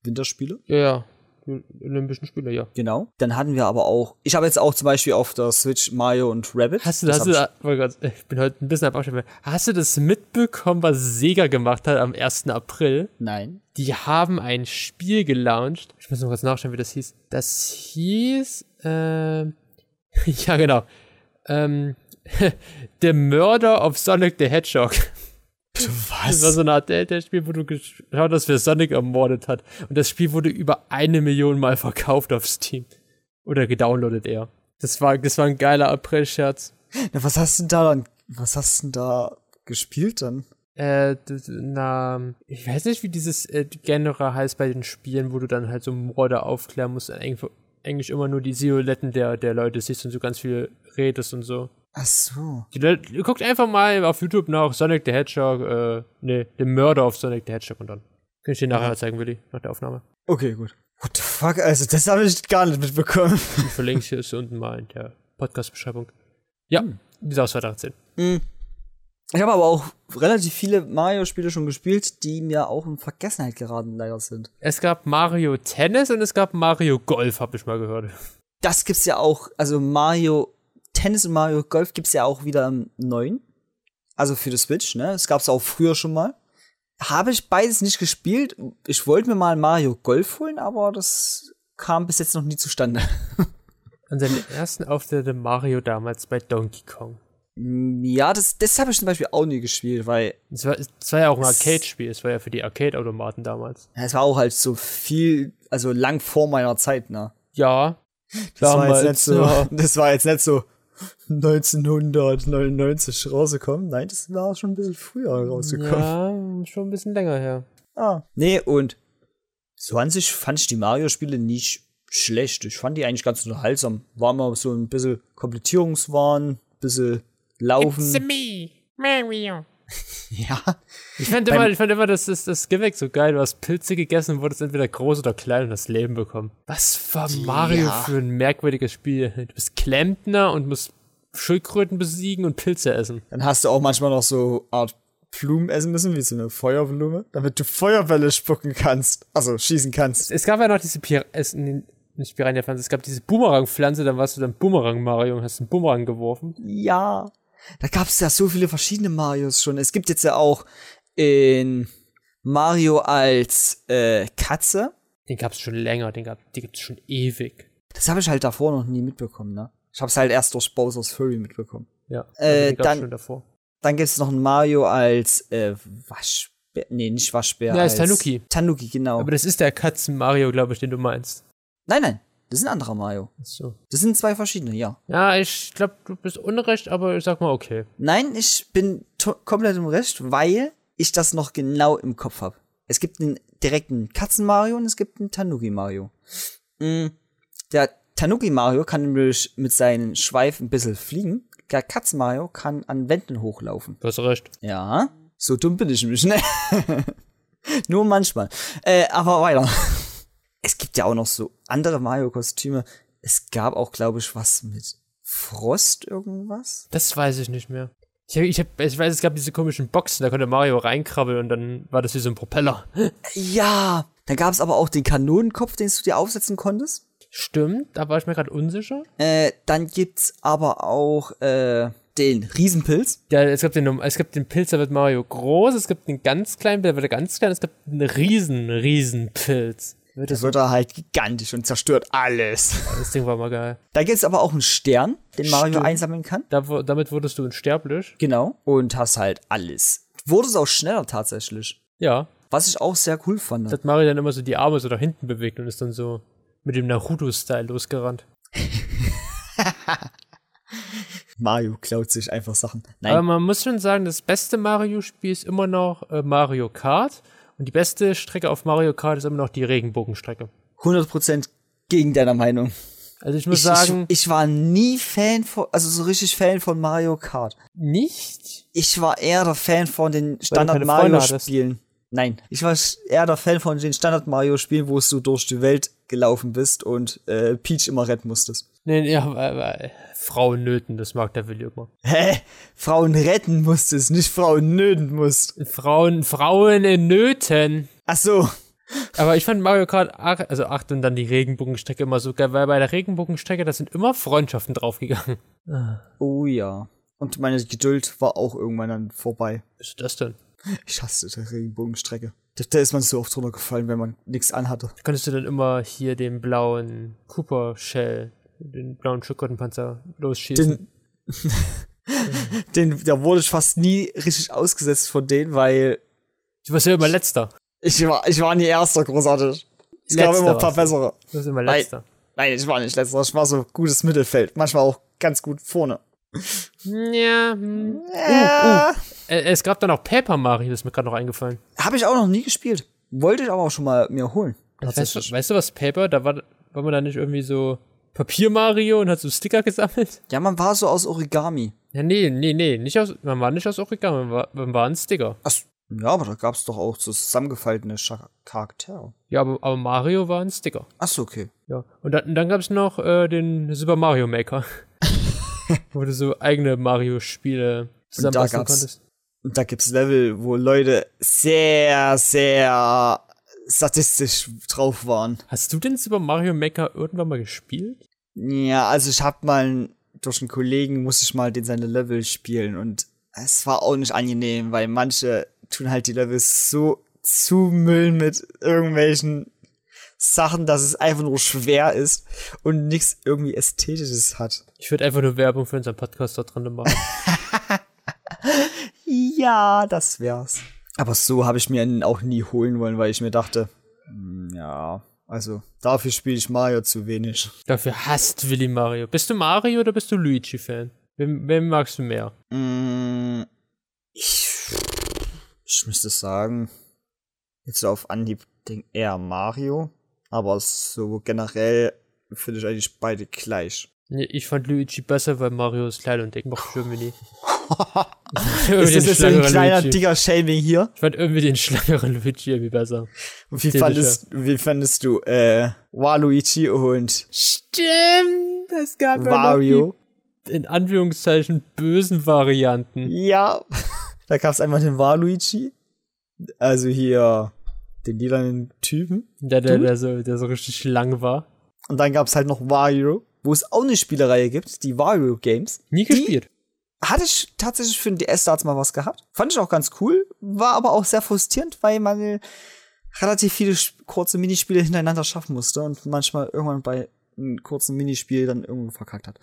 [SPEAKER 2] Winterspiele.
[SPEAKER 4] Ja, ja. Die Olympischen Spiele, ja.
[SPEAKER 2] Genau. Dann hatten wir aber auch, ich habe jetzt auch zum Beispiel auf der Switch Mario und Rabbit.
[SPEAKER 4] Hast du,
[SPEAKER 2] Das
[SPEAKER 4] hast
[SPEAKER 2] hab
[SPEAKER 4] du,
[SPEAKER 2] ich-
[SPEAKER 4] da- oh Gott, ich bin heute ein bisschen am Abschalten. Hast du das mitbekommen, was Sega gemacht hat am 1. April?
[SPEAKER 2] Nein.
[SPEAKER 4] Die haben ein Spiel gelauncht. Ich muss noch kurz nachschauen, wie das hieß. Das hieß, ähm, ja genau, ähm, The Murder of Sonic the Hedgehog. Das war
[SPEAKER 2] Was?
[SPEAKER 4] so eine Art Delta-Spiel, wo du geschaut hast, wer Sonic ermordet hat. Und das Spiel wurde über eine Million Mal verkauft auf Steam. Oder gedownloadet eher. Das war, das war ein geiler April-Scherz.
[SPEAKER 2] Na, was hast du denn da dann, was hast du denn da gespielt dann?
[SPEAKER 4] Äh, d- d- na, ich weiß nicht, wie dieses äh, Genre heißt bei den Spielen, wo du dann halt so Morde aufklären musst. Eigentlich, eigentlich immer nur die Silhouetten der, der Leute siehst und so ganz viel redest und so.
[SPEAKER 2] Ach so.
[SPEAKER 4] Die Leute, guckt einfach mal auf YouTube nach Sonic the Hedgehog, äh, ne, The Murder of Sonic the Hedgehog und dann. Kann ich dir nachher mal zeigen, Willi, nach der Aufnahme.
[SPEAKER 2] Okay, gut. What the fuck? Also, das habe ich gar nicht mitbekommen.
[SPEAKER 4] Ich verlinke hier ist unten mal in der Podcast-Beschreibung. Ja, die aus 2018.
[SPEAKER 2] Ich habe aber auch relativ viele Mario-Spiele schon gespielt, die mir auch in Vergessenheit geraten leider sind.
[SPEAKER 4] Es gab Mario Tennis und es gab Mario Golf, habe ich mal gehört.
[SPEAKER 2] Das gibt's ja auch, also Mario Tennis und Mario Golf gibt's ja auch wieder im neuen. Also für die Switch, ne? Das gab's auch früher schon mal. Habe ich beides nicht gespielt. Ich wollte mir mal Mario Golf holen, aber das kam bis jetzt noch nie zustande.
[SPEAKER 4] An seinem ersten Auftritt Mario damals bei Donkey Kong.
[SPEAKER 2] ja, das, das habe ich zum Beispiel auch nie gespielt, weil
[SPEAKER 4] Es war, es war ja auch ein Arcade-Spiel, es war ja für die Arcade-Automaten damals.
[SPEAKER 2] ja, es war auch halt so viel, also lang vor meiner Zeit, ne?
[SPEAKER 4] Ja,
[SPEAKER 2] Das war,
[SPEAKER 4] Damals,
[SPEAKER 2] jetzt nicht so,
[SPEAKER 4] ja.
[SPEAKER 2] das war jetzt nicht so 1999 rausgekommen. Nein, das war schon ein bisschen früher rausgekommen.
[SPEAKER 4] ja, schon ein bisschen länger her.
[SPEAKER 2] Ah. Nee, und so an sich fand ich die Mario-Spiele nicht schlecht. Ich fand die eigentlich ganz unterhaltsam. War mal so ein bisschen Komplettierungswahn, ein bisschen Laufen.
[SPEAKER 4] me, Mario.
[SPEAKER 2] ja.
[SPEAKER 4] Ich fand
[SPEAKER 2] Beim-
[SPEAKER 4] immer, ich fand immer das, das, das Gimmick so geil. Du hast Pilze gegessen und wurdest entweder groß oder klein und das Leben bekommen. Was war Mario
[SPEAKER 2] Ja.
[SPEAKER 4] für ein merkwürdiges Spiel? Du bist Klempner und musst Schildkröten besiegen und Pilze essen.
[SPEAKER 2] Dann hast du auch manchmal noch so Art Blumen essen müssen, wie so eine Feuerblume, damit du Feuerbälle spucken kannst. Also schießen kannst.
[SPEAKER 4] Es gab ja noch diese Pir es, nee, nicht Piranha-Pflanze, es gab diese Boomerang-Pflanze, dann warst du dann Boomerang-Mario und hast einen Boomerang geworfen.
[SPEAKER 2] Ja. Da gab es ja so viele verschiedene Marios schon. Es gibt jetzt ja auch in Mario als äh, Katze.
[SPEAKER 4] Den gab's schon länger, den, gab, den gibt's schon ewig.
[SPEAKER 2] Das habe ich halt davor noch nie mitbekommen, ne? Ich habe es halt erst durch Bowser's Fury mitbekommen.
[SPEAKER 4] Ja, Also
[SPEAKER 2] Äh,
[SPEAKER 4] den gab's
[SPEAKER 2] dann-
[SPEAKER 4] schon davor.
[SPEAKER 2] Dann gibt es noch einen Mario als äh, Waschbär. Nee, nicht Waschbär.
[SPEAKER 4] Ja,
[SPEAKER 2] als
[SPEAKER 4] ist Tanuki.
[SPEAKER 2] Tanuki, genau.
[SPEAKER 4] Aber das ist der Katzen-Mario, glaube ich, den du meinst.
[SPEAKER 2] Nein, nein. Das ist ein anderer Mario.
[SPEAKER 4] Ach So.
[SPEAKER 2] Das sind zwei verschiedene, ja.
[SPEAKER 4] Ja, ich glaube, du bist unrecht, aber ich sag mal okay.
[SPEAKER 2] Nein, ich bin to- komplett im Recht, weil ich das noch genau im Kopf habe. Es gibt einen direkten Katzen-Mario und es gibt einen Tanuki-Mario. Mm, Der Tanuki-Mario kann nämlich mit seinen Schweif ein bisschen fliegen. Der Katzen-Mario kann an Wänden hochlaufen.
[SPEAKER 4] Du hast recht.
[SPEAKER 2] Ja, so dumm bin ich nämlich, ne? Nur manchmal. Äh, aber weiter. Es gibt ja auch noch so andere Mario-Kostüme. Es gab auch, glaube ich, was mit Frost irgendwas.
[SPEAKER 4] Das weiß ich nicht mehr. Ich, hab, ich, hab, ich weiß, es gab diese komischen Boxen, da konnte Mario reinkrabbeln und dann war das wie so ein Propeller.
[SPEAKER 2] Ja, dann gab es aber auch den Kanonenkopf, den du dir aufsetzen konntest.
[SPEAKER 4] Stimmt, da war ich mir gerade unsicher.
[SPEAKER 2] Äh, dann gibt's aber auch äh, den Riesenpilz.
[SPEAKER 4] Ja, es gab den, es gab den Pilz, da wird Mario groß, es gibt den ganz kleinen, der wird ganz klein, es gab einen riesen, riesen Pilz.
[SPEAKER 2] Das wird da halt gigantisch und zerstört alles.
[SPEAKER 4] Das Ding war mal geil.
[SPEAKER 2] Da gibt's aber auch einen Stern, den Mario
[SPEAKER 4] Stimmt.
[SPEAKER 2] einsammeln kann.
[SPEAKER 4] Da, wo- damit wurdest du unsterblich.
[SPEAKER 2] Genau. Und hast halt alles. Wurde es auch schneller tatsächlich.
[SPEAKER 4] Ja.
[SPEAKER 2] Was ich auch sehr cool fand.
[SPEAKER 4] Da hat Mario dann immer so die Arme so nach hinten bewegt und ist dann so mit dem Naruto-Style losgerannt.
[SPEAKER 2] Mario klaut sich einfach Sachen.
[SPEAKER 4] Aber
[SPEAKER 2] Nein.
[SPEAKER 4] man muss schon sagen, das beste Mario-Spiel ist immer noch äh, Mario Kart. Und die beste Strecke auf Mario Kart ist immer noch die Regenbogenstrecke.
[SPEAKER 2] 100% gegen deiner Meinung.
[SPEAKER 4] Also ich muss
[SPEAKER 2] Ich,
[SPEAKER 4] sagen,
[SPEAKER 2] ich, ich war nie Fan von, also so richtig Fan von Mario Kart.
[SPEAKER 4] nicht.
[SPEAKER 2] Ich war eher der Fan von den Standard
[SPEAKER 4] keine Freunde
[SPEAKER 2] Mario
[SPEAKER 4] hattest.
[SPEAKER 2] Spielen. Nein, ich war eher der Fan von den Standard Mario Spielen, wo du durch die Welt gelaufen bist und äh, Peach immer retten musstest.
[SPEAKER 4] Nee, nee, ja, weil, weil Frauen nöten, das mag der Willi immer.
[SPEAKER 2] Hä? Frauen retten musstest, nicht Frauen nöten musst.
[SPEAKER 4] Frauen, Frauen in Nöten.
[SPEAKER 2] Ach so.
[SPEAKER 4] Aber ich fand Mario Kart 8, also 8 und dann die Regenbogenstrecke immer so geil, weil bei der Regenbogenstrecke, da sind immer Freundschaften draufgegangen.
[SPEAKER 2] Oh ja. Und meine Geduld war auch irgendwann dann vorbei.
[SPEAKER 4] Was ist das denn?
[SPEAKER 2] Ich hasse die Regenbogenstrecke. Da, da ist man so oft drunter gefallen, wenn man nichts anhatte.
[SPEAKER 4] Da konntest du dann immer hier den blauen Cooper Shell, den blauen Schokottenpanzer losschießen.
[SPEAKER 2] Den, den, da wurde ich fast nie richtig ausgesetzt von denen, weil
[SPEAKER 4] du warst ja immer letzter.
[SPEAKER 2] ich war, ich war nie erster großartig. Es gab
[SPEAKER 4] Letzter
[SPEAKER 2] immer ein paar
[SPEAKER 4] warst du.
[SPEAKER 2] bessere.
[SPEAKER 4] Du warst immer
[SPEAKER 2] Nein.
[SPEAKER 4] letzter.
[SPEAKER 2] Nein, ich war nicht letzter. Ich war so gutes Mittelfeld. Manchmal auch ganz gut vorne.
[SPEAKER 4] Ja. hm.
[SPEAKER 2] Äh,
[SPEAKER 4] Äh, Es gab dann auch Paper Mario, das ist mir gerade noch eingefallen.
[SPEAKER 2] Habe ich auch noch nie gespielt. Wollte ich aber auch schon mal mir holen.
[SPEAKER 4] Weißt du, weißt du was, Paper? Da war, war man da nicht irgendwie so Papier Mario und hat so Sticker gesammelt?
[SPEAKER 2] Ja, man war so aus Origami.
[SPEAKER 4] Ja, nee, nee, nee. Nicht aus, man war nicht aus Origami, man war, man war ein Sticker.
[SPEAKER 2] Ach, ja, aber da gab es doch auch zusammengefaltene Scha- Charaktere.
[SPEAKER 4] Ja, aber, aber Mario war ein Sticker.
[SPEAKER 2] Ach so, okay.
[SPEAKER 4] Ja. Und dann, und dann gab's noch äh, den Super Mario Maker. wo du so eigene Mario-Spiele zusammenbasteln
[SPEAKER 2] gab's-
[SPEAKER 4] konntest.
[SPEAKER 2] Und da gibt's Level, wo Leute sehr, sehr statistisch drauf waren.
[SPEAKER 4] Hast du den Super Mario Maker irgendwann mal gespielt?
[SPEAKER 2] Ja, also ich hab mal durch einen Kollegen musste ich mal den seine Level spielen und es war auch nicht angenehm, weil manche tun halt die Levels so zumüllen mit irgendwelchen Sachen, dass es einfach nur schwer ist und nichts irgendwie Ästhetisches hat.
[SPEAKER 4] Ich würde einfach nur Werbung für unseren Podcast da drin machen.
[SPEAKER 2] Ja, das wär's. Aber so habe ich mir ihn auch nie holen wollen, weil ich mir dachte, hm, ja, also dafür spiele ich Mario zu wenig.
[SPEAKER 4] Dafür hasst Willi Mario. Bist du Mario oder bist du Luigi-Fan? Wem, wem magst du mehr?
[SPEAKER 2] Mm, Ich, ich müsste sagen, jetzt so auf Anhieb denk eher Mario, aber so generell finde ich eigentlich beide gleich.
[SPEAKER 4] Nee, Ich fand Luigi besser, weil Mario ist klein und dick. Mochte ich irgendwie nie.
[SPEAKER 2] Ist
[SPEAKER 4] irgendwie
[SPEAKER 2] das
[SPEAKER 4] den
[SPEAKER 2] jetzt so ein
[SPEAKER 4] schlankeren
[SPEAKER 2] kleiner,
[SPEAKER 4] Luigi.
[SPEAKER 2] dicker Shaming hier?
[SPEAKER 4] Ich fand irgendwie den schlangeren Luigi irgendwie besser.
[SPEAKER 2] Und wie
[SPEAKER 4] Typischer.
[SPEAKER 2] fandest, wie fandest du äh, Waluigi und
[SPEAKER 4] Stimmt, es gab
[SPEAKER 2] Wario?
[SPEAKER 4] in Anführungszeichen bösen
[SPEAKER 2] Hm.
[SPEAKER 4] Varianten.
[SPEAKER 2] Ja, da gab es einmal den Waluigi, also hier den lilanen Typen.
[SPEAKER 4] Der, der, der, so, der so richtig lang war.
[SPEAKER 2] Und dann gab es halt noch Wario, wo es auch eine Spielereihe gibt, die Wario Games.
[SPEAKER 4] Nie gespielt.
[SPEAKER 2] Hatte ich tatsächlich für den DS damals mal was gehabt. Fand ich auch ganz cool, war aber auch sehr frustrierend, weil man relativ viele sch- kurze Minispiele hintereinander schaffen musste und manchmal irgendwann bei einem kurzen Minispiel dann irgendwo verkackt hat.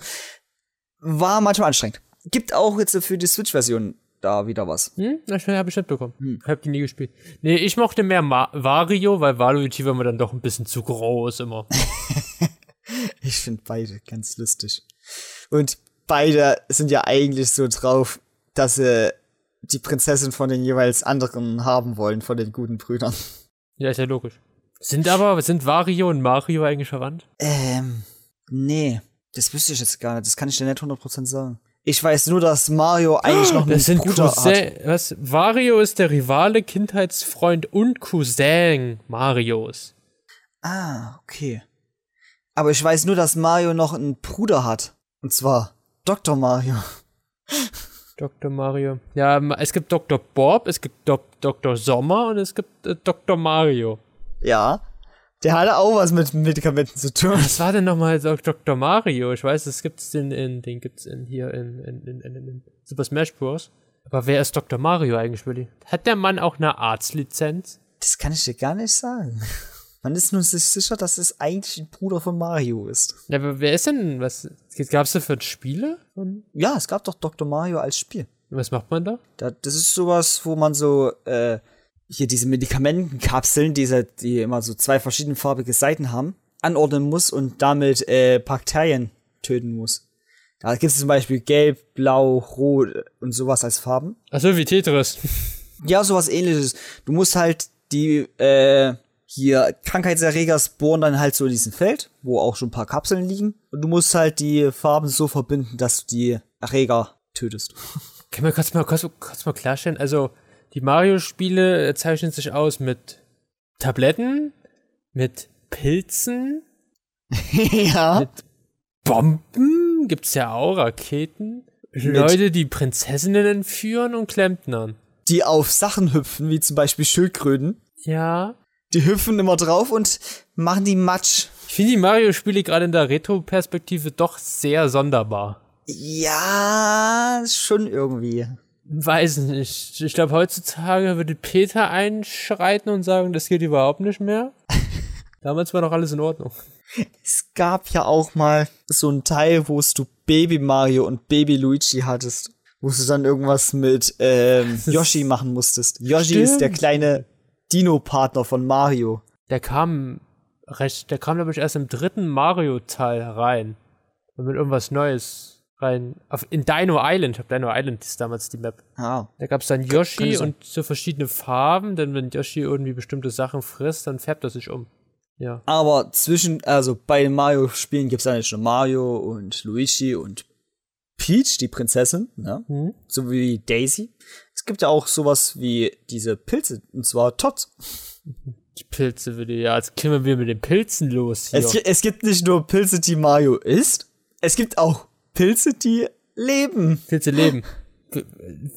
[SPEAKER 2] War manchmal anstrengend. Gibt auch jetzt für die Switch-Version da wieder was.
[SPEAKER 4] Hm? Na, schnell habe ich mitbekommen.
[SPEAKER 2] Hm.
[SPEAKER 4] Hab die nie gespielt. Nee, ich mochte mehr Ma Wario, weil Waluigi war mir dann doch ein bisschen zu groß immer.
[SPEAKER 2] Ich finde beide ganz lustig. Und beide sind ja eigentlich so drauf, dass sie die Prinzessin von den jeweils anderen haben wollen, von den guten Brüdern.
[SPEAKER 4] ja, ist ja logisch. Sind aber, sind Wario und Mario eigentlich verwandt?
[SPEAKER 2] Ähm, nee, das wüsste ich jetzt gar nicht. Das kann ich dir nicht 100% sagen. Ich weiß nur, dass Mario eigentlich noch einen
[SPEAKER 4] Ah, Das sind
[SPEAKER 2] Bruder hat.
[SPEAKER 4] Cousin. Was? Wario ist der Rivale, Kindheitsfreund und Cousin Marios.
[SPEAKER 2] Ah, okay. Aber ich weiß nur, dass Mario noch einen Bruder hat. Und zwar Dr. Mario.
[SPEAKER 4] Dr. Mario. Ja, ma- es gibt Dr. Bob, es gibt Dok Dr. Sommer und es gibt äh, Dr. Mario.
[SPEAKER 2] Ja. Der hatte auch was mit Medikamenten zu tun.
[SPEAKER 4] Was war denn nochmal Dok- Dr. Mario? Ich weiß, das gibt's den in, den gibt's in hier in, in, in, in, in Super Smash Bros. Aber wer ist Dr. Mario eigentlich, Willi? Hat der Mann auch eine Arztlizenz?
[SPEAKER 2] Das kann ich dir gar nicht sagen. Man ist nur sich sicher, dass es eigentlich ein Bruder von Mario ist.
[SPEAKER 4] Ja, aber wer ist denn, was, gab's da für Spiele? Und
[SPEAKER 2] Ja, es gab doch Dr. Mario als Spiel.
[SPEAKER 4] was macht man da?
[SPEAKER 2] Da, das ist sowas, wo man so äh, hier diese Medikamentenkapseln, diese, die immer so zwei verschiedenfarbige Seiten haben, anordnen muss und damit äh, Bakterien töten muss. Da gibt es zum Beispiel gelb, blau, rot und sowas als Farben.
[SPEAKER 4] Achso, wie Tetris.
[SPEAKER 2] Ja, sowas ähnliches. Du musst halt die äh, hier Krankheitserreger spawnen dann halt so in diesem Feld, wo auch schon ein paar Kapseln liegen. Und du musst halt die Farben so verbinden, dass du die Erreger tötest.
[SPEAKER 4] Können wir kurz mal, kurz, kurz mal klarstellen? Also, die Mario-Spiele äh, zeichnen sich aus mit Tabletten, mit Pilzen,
[SPEAKER 2] ja.
[SPEAKER 4] mit Bomben, gibt's ja auch, Raketen. Leute, die Prinzessinnen entführen und Klempnern.
[SPEAKER 2] Die auf Sachen hüpfen, wie zum Beispiel Schildkröten.
[SPEAKER 4] Ja.
[SPEAKER 2] Die hüpfen immer drauf und machen die Matsch.
[SPEAKER 4] Ich finde die Mario-Spiele gerade in der Retro-Perspektive doch sehr sonderbar.
[SPEAKER 2] Ja, schon irgendwie.
[SPEAKER 4] Weiß nicht. Ich glaube, heutzutage würde Peter einschreiten und sagen, das geht überhaupt nicht mehr. Damals war noch alles in Ordnung.
[SPEAKER 2] Es gab ja auch mal so einen Teil, wo es du Baby Mario und Baby Luigi hattest, wo du dann irgendwas mit ähm, Yoshi machen musstest. Yoshi ist der
[SPEAKER 4] Stimmt.
[SPEAKER 2] kleine Dino-Partner von Mario.
[SPEAKER 4] Der kam recht, der kam, glaube ich, erst im dritten Mario-Teil rein. Und mit irgendwas Neues rein. Auf, in Dino Island. Ich habe Dino Island ist damals die Map.
[SPEAKER 2] Ah.
[SPEAKER 4] Da gab es dann
[SPEAKER 2] könnte
[SPEAKER 4] Yoshi
[SPEAKER 2] sein.
[SPEAKER 4] und so verschiedene Farben, denn wenn Yoshi irgendwie bestimmte Sachen frisst, dann färbt er sich um. Ja.
[SPEAKER 2] Aber zwischen, also bei den Mario-Spielen gibt es eigentlich nur Mario und Luigi und Peach, die Prinzessin, ne?
[SPEAKER 4] Mhm.
[SPEAKER 2] So wie Daisy. Es gibt ja auch sowas wie diese Pilze, und zwar Tots.
[SPEAKER 4] Die Pilze würde ja. Jetzt kämen wir mit den Pilzen los hier.
[SPEAKER 2] Es, gi- es gibt nicht nur Pilze, die Mario isst, es gibt auch Pilze, die leben.
[SPEAKER 4] Pilze leben. P-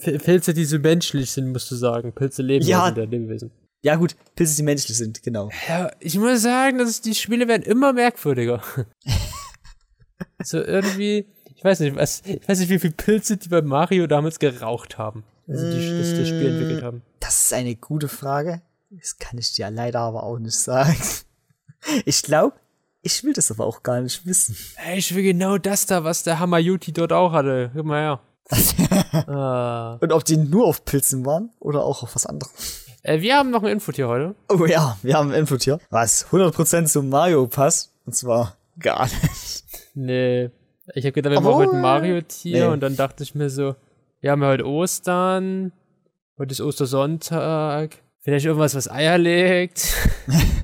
[SPEAKER 4] P- Pilze, die so menschlich sind, musst du sagen. Pilze leben
[SPEAKER 2] Ja.
[SPEAKER 4] sind ja Lebewesen.
[SPEAKER 2] Ja gut, Pilze, die menschlich sind, genau.
[SPEAKER 4] Ja, ich muss sagen, dass die Spiele werden immer merkwürdiger. so irgendwie, ich weiß nicht, was, ich weiß nicht, wie viele Pilze die bei Mario damals geraucht haben. Also die das, das Spiel entwickelt haben.
[SPEAKER 2] Das ist eine gute Frage. Das kann ich dir leider aber auch nicht sagen. Ich glaube, ich will das aber auch gar nicht wissen.
[SPEAKER 4] Ey, ich will genau das da, was der Hamayuti dort auch hatte. Guck mal her.
[SPEAKER 2] Und ob die nur auf Pilzen waren oder auch auf was anderes.
[SPEAKER 4] äh, äh, wir haben noch ein Infotier heute.
[SPEAKER 2] Oh ja, wir haben ein Input hier, was 100% zu Mario passt. Und zwar gar nicht.
[SPEAKER 4] Nee. Ich habe gedacht, wir
[SPEAKER 2] Obwohl-
[SPEAKER 4] machen heute ein Mario-Tier
[SPEAKER 2] Nee.
[SPEAKER 4] und dann dachte ich mir so, wir haben ja heute Ostern, heute ist Ostersonntag, vielleicht irgendwas, was Eier legt.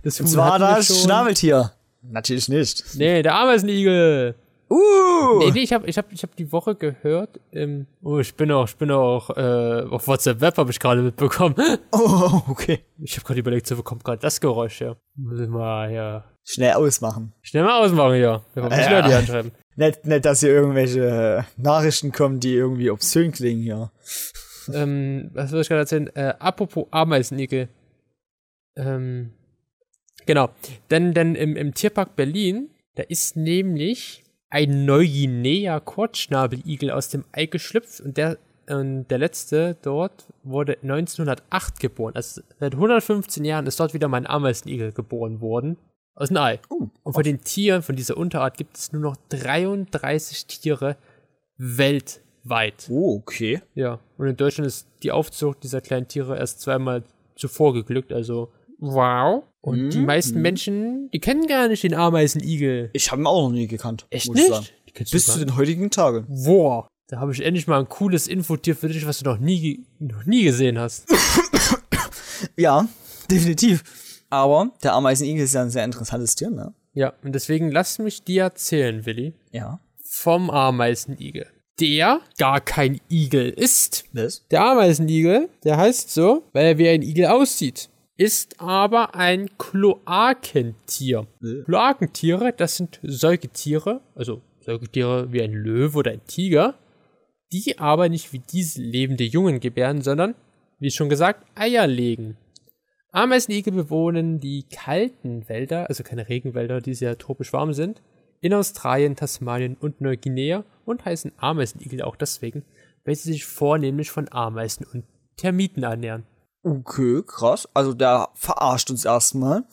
[SPEAKER 4] Das
[SPEAKER 2] Und
[SPEAKER 4] Huhn
[SPEAKER 2] zwar
[SPEAKER 4] hatten wir
[SPEAKER 2] das
[SPEAKER 4] schon.
[SPEAKER 2] Schnabeltier. Natürlich nicht.
[SPEAKER 4] Nee, der Ameisenigel.
[SPEAKER 2] Uh!
[SPEAKER 4] Nee, nee, ich habe ich hab, ich hab die Woche gehört, ähm, oh, ich bin auch, ich bin auch äh, auf WhatsApp Web habe ich gerade mitbekommen.
[SPEAKER 2] Oh, okay.
[SPEAKER 4] Ich habe gerade überlegt, so wo kommt gerade das Geräusch her? Muss ich mal hier.
[SPEAKER 2] Schnell ausmachen.
[SPEAKER 4] Schnell mal ausmachen hier. Wir haben
[SPEAKER 2] Ja.
[SPEAKER 4] ja. Leute hier anschreiben.
[SPEAKER 2] Nicht, nicht, dass hier irgendwelche äh, Nachrichten kommen, die irgendwie obszön klingen hier.
[SPEAKER 4] ähm, was soll ich gerade erzählen? Äh, apropos Ameisenigel. Ähm, genau. Denn, denn im, im Tierpark Berlin, da ist nämlich ein Neuguinea-Kurzschnabeligel aus dem Ei geschlüpft und der, und der letzte dort wurde 1908 geboren. Also seit 115 Jahren ist dort wieder mein Ameisenigel geboren worden. Aus dem Ei. Und von den Tieren, von dieser Unterart, gibt es nur noch 33 Tiere weltweit.
[SPEAKER 2] Oh, okay.
[SPEAKER 4] Ja, und in Deutschland ist die Aufzucht dieser kleinen Tiere erst zweimal zuvor geglückt, also wow. Und die meisten Menschen, die kennen gar nicht den Ameisenigel.
[SPEAKER 2] Ich habe ihn auch noch nie gekannt.
[SPEAKER 4] Echt
[SPEAKER 2] muss ich sagen.
[SPEAKER 4] nicht? Die kennst
[SPEAKER 2] Bis zu den heutigen Tagen.
[SPEAKER 4] Wow. Da habe ich endlich mal ein cooles Infotier für dich, was du noch nie, ge- noch nie gesehen hast.
[SPEAKER 2] Ja, definitiv. Aber der Ameisenigel ist ja ein sehr interessantes Tier, ne?
[SPEAKER 4] ja, und deswegen lass mich dir erzählen, Willi,
[SPEAKER 2] Ja.
[SPEAKER 4] vom Ameisenigel. Der gar kein Igel ist.
[SPEAKER 2] Was?
[SPEAKER 4] Der Ameisenigel, der heißt so, weil er wie ein Igel aussieht, ist aber ein Kloakentier. Kloakentiere, das sind Säugetiere, also Säugetiere wie ein Löwe oder ein Tiger, die aber nicht wie diese lebende Jungen gebären, sondern, wie schon gesagt, Eier legen. Ameisenigel bewohnen die kalten Wälder, also keine Regenwälder, die sehr tropisch warm sind, in Australien, Tasmanien und Neuguinea und heißen Ameisenigel auch deswegen, weil sie sich vornehmlich von Ameisen und Termiten ernähren.
[SPEAKER 2] Okay, krass. Also der verarscht uns erstmal.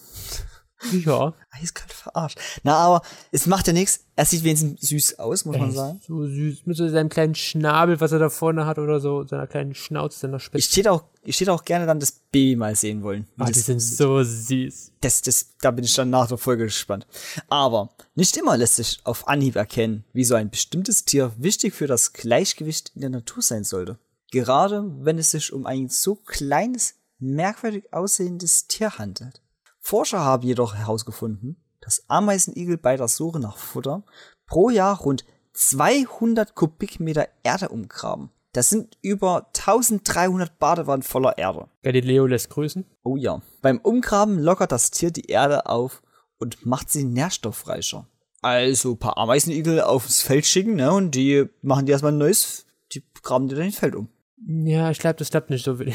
[SPEAKER 4] Ja,
[SPEAKER 2] Eiskalt verarscht. Na, aber es macht ja nichts. Er sieht wenigstens süß aus, muss man sagen.
[SPEAKER 4] so süß, mit so seinem kleinen Schnabel, was er da vorne hat oder so, seiner kleinen Schnauze, seiner Spitze.
[SPEAKER 2] Ich hätte auch, ich hätte auch gerne dann das Baby mal sehen wollen. Wie
[SPEAKER 4] Ah, die
[SPEAKER 2] das-
[SPEAKER 4] sind so süß.
[SPEAKER 2] das, das, da bin ich dann nach der Folge gespannt. Aber nicht immer lässt sich auf Anhieb erkennen, wie so ein bestimmtes Tier wichtig für das Gleichgewicht in der Natur sein sollte. Gerade wenn es sich um ein so kleines, merkwürdig aussehendes Tier handelt. Forscher haben jedoch herausgefunden, dass Ameisenigel bei der Suche nach Futter pro Jahr rund 200 Kubikmeter Erde umgraben. Das sind über 1300 Badewannen voller Erde.
[SPEAKER 4] Galileo lässt grüßen.
[SPEAKER 2] Oh ja. Beim Umgraben lockert das Tier die Erde auf und macht sie nährstoffreicher. Also ein paar Ameisenigel aufs Feld schicken, ne? Und die machen dir erstmal ein neues, die graben dir dann das Feld um.
[SPEAKER 4] Ja, ich glaube, das klappt nicht so. wi-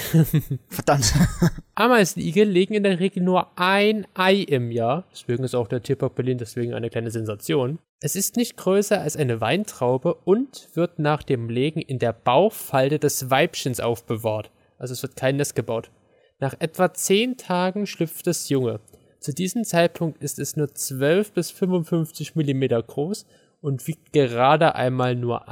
[SPEAKER 2] Verdammt.
[SPEAKER 4] Ameisenigel legen in der Regel nur ein Ei im Jahr. Deswegen ist auch der Tierpark Berlin deswegen eine kleine Sensation. Es ist nicht größer als eine Weintraube und wird nach dem Legen in der Bauchfalte des Weibchens aufbewahrt. Also es wird kein Nest gebaut. Nach etwa 10 Tagen schlüpft das Junge. Zu diesem Zeitpunkt ist es nur 12 bis 55 mm groß und wiegt gerade einmal nur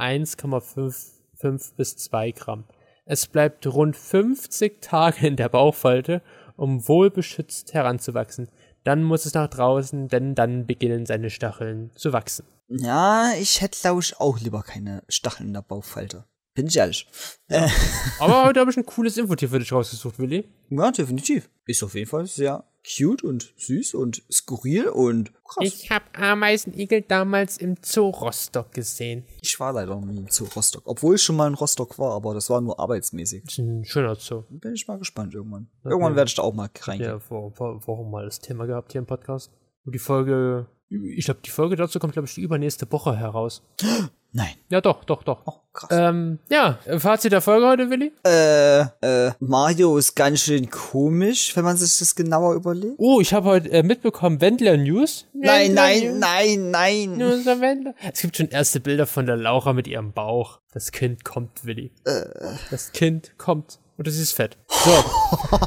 [SPEAKER 4] 1,5 bis 2 Gramm. Es bleibt rund 50 Tage in der Bauchfalte, um wohlbeschützt heranzuwachsen. Dann muss es nach draußen, denn dann beginnen seine Stacheln zu wachsen.
[SPEAKER 2] Ja, ich hätte, glaube ich, auch lieber keine Stacheln in der Bauchfalte. Bin ich ehrlich. Äh,
[SPEAKER 4] Aber heute habe ich ein cooles Infotier für dich rausgesucht, Willi.
[SPEAKER 2] ja, definitiv. Ist auf jeden Fall sehr cute und süß und skurril und krass. Ich,
[SPEAKER 4] habe Ameisenigel damals im Zoo Rostock gesehen.
[SPEAKER 2] war leider noch nie zu Rostock. Obwohl ich schon mal in Rostock war, aber das war nur arbeitsmäßig.
[SPEAKER 4] Das ist ein schöner Zoo.
[SPEAKER 2] Bin ich mal gespannt irgendwann. Irgendwann werde ich da auch mal reingehen.
[SPEAKER 4] Ja, vor, vor Wochen mal das Thema gehabt hier im Podcast. Und die Folge, ich glaube, die Folge dazu kommt, glaube ich, die übernächste Woche heraus.
[SPEAKER 2] Nein.
[SPEAKER 4] Ja, doch, doch, doch.
[SPEAKER 2] Oh, krass.
[SPEAKER 4] Ähm, ja, Fazit der Folge heute, Willi?
[SPEAKER 2] Äh, Mario ist ganz schön komisch, wenn man sich das genauer überlegt.
[SPEAKER 4] Oh, ich habe heute äh, mitbekommen, Wendler News.
[SPEAKER 2] Nein,
[SPEAKER 4] Wendler
[SPEAKER 2] nein,
[SPEAKER 4] News.
[SPEAKER 2] nein, nein.
[SPEAKER 4] News der Wendler. Es gibt schon erste Bilder von der Laura mit ihrem Bauch. Das Kind kommt, Willi. Das Kind kommt. Und es ist fett. So,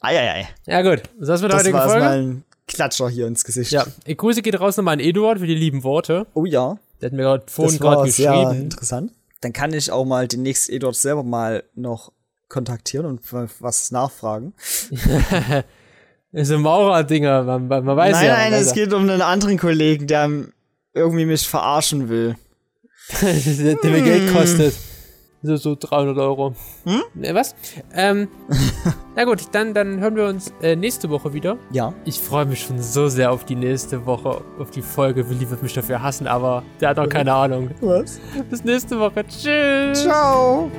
[SPEAKER 2] Eieiei.
[SPEAKER 4] ja gut. Das wird
[SPEAKER 2] Das
[SPEAKER 4] heutige
[SPEAKER 2] war erst
[SPEAKER 4] Folge.
[SPEAKER 2] mal ein Klatscher hier ins Gesicht.
[SPEAKER 4] ja, die Grüße geht raus nochmal an Eduard für die lieben Worte.
[SPEAKER 2] Oh ja.
[SPEAKER 4] Der hat mir gerade vorhin
[SPEAKER 2] Das
[SPEAKER 4] gerade
[SPEAKER 2] war sehr
[SPEAKER 4] geschrieben.
[SPEAKER 2] interessant. Dann kann ich auch mal demnächst Eduard selber mal noch kontaktieren und was nachfragen.
[SPEAKER 4] Das sind Maurer-Dinger, man, man, man weiß
[SPEAKER 2] nein,
[SPEAKER 4] ja.
[SPEAKER 2] nein,
[SPEAKER 4] man
[SPEAKER 2] es
[SPEAKER 4] weiß ja.
[SPEAKER 2] geht um einen anderen Kollegen, der irgendwie mich verarschen will.
[SPEAKER 4] der, der mir
[SPEAKER 2] Hm.
[SPEAKER 4] Geld kostet. So, so 300 Euro. Hm? Was? Ähm, na gut, dann, dann hören wir uns äh, nächste Woche wieder.
[SPEAKER 2] Ja.
[SPEAKER 4] Ich freue mich schon so sehr auf die nächste Woche, auf die Folge. Willi wird mich dafür hassen, aber der hat auch keine Ahnung.
[SPEAKER 2] Was?
[SPEAKER 4] Bis nächste Woche. Tschüss.
[SPEAKER 2] Ciao.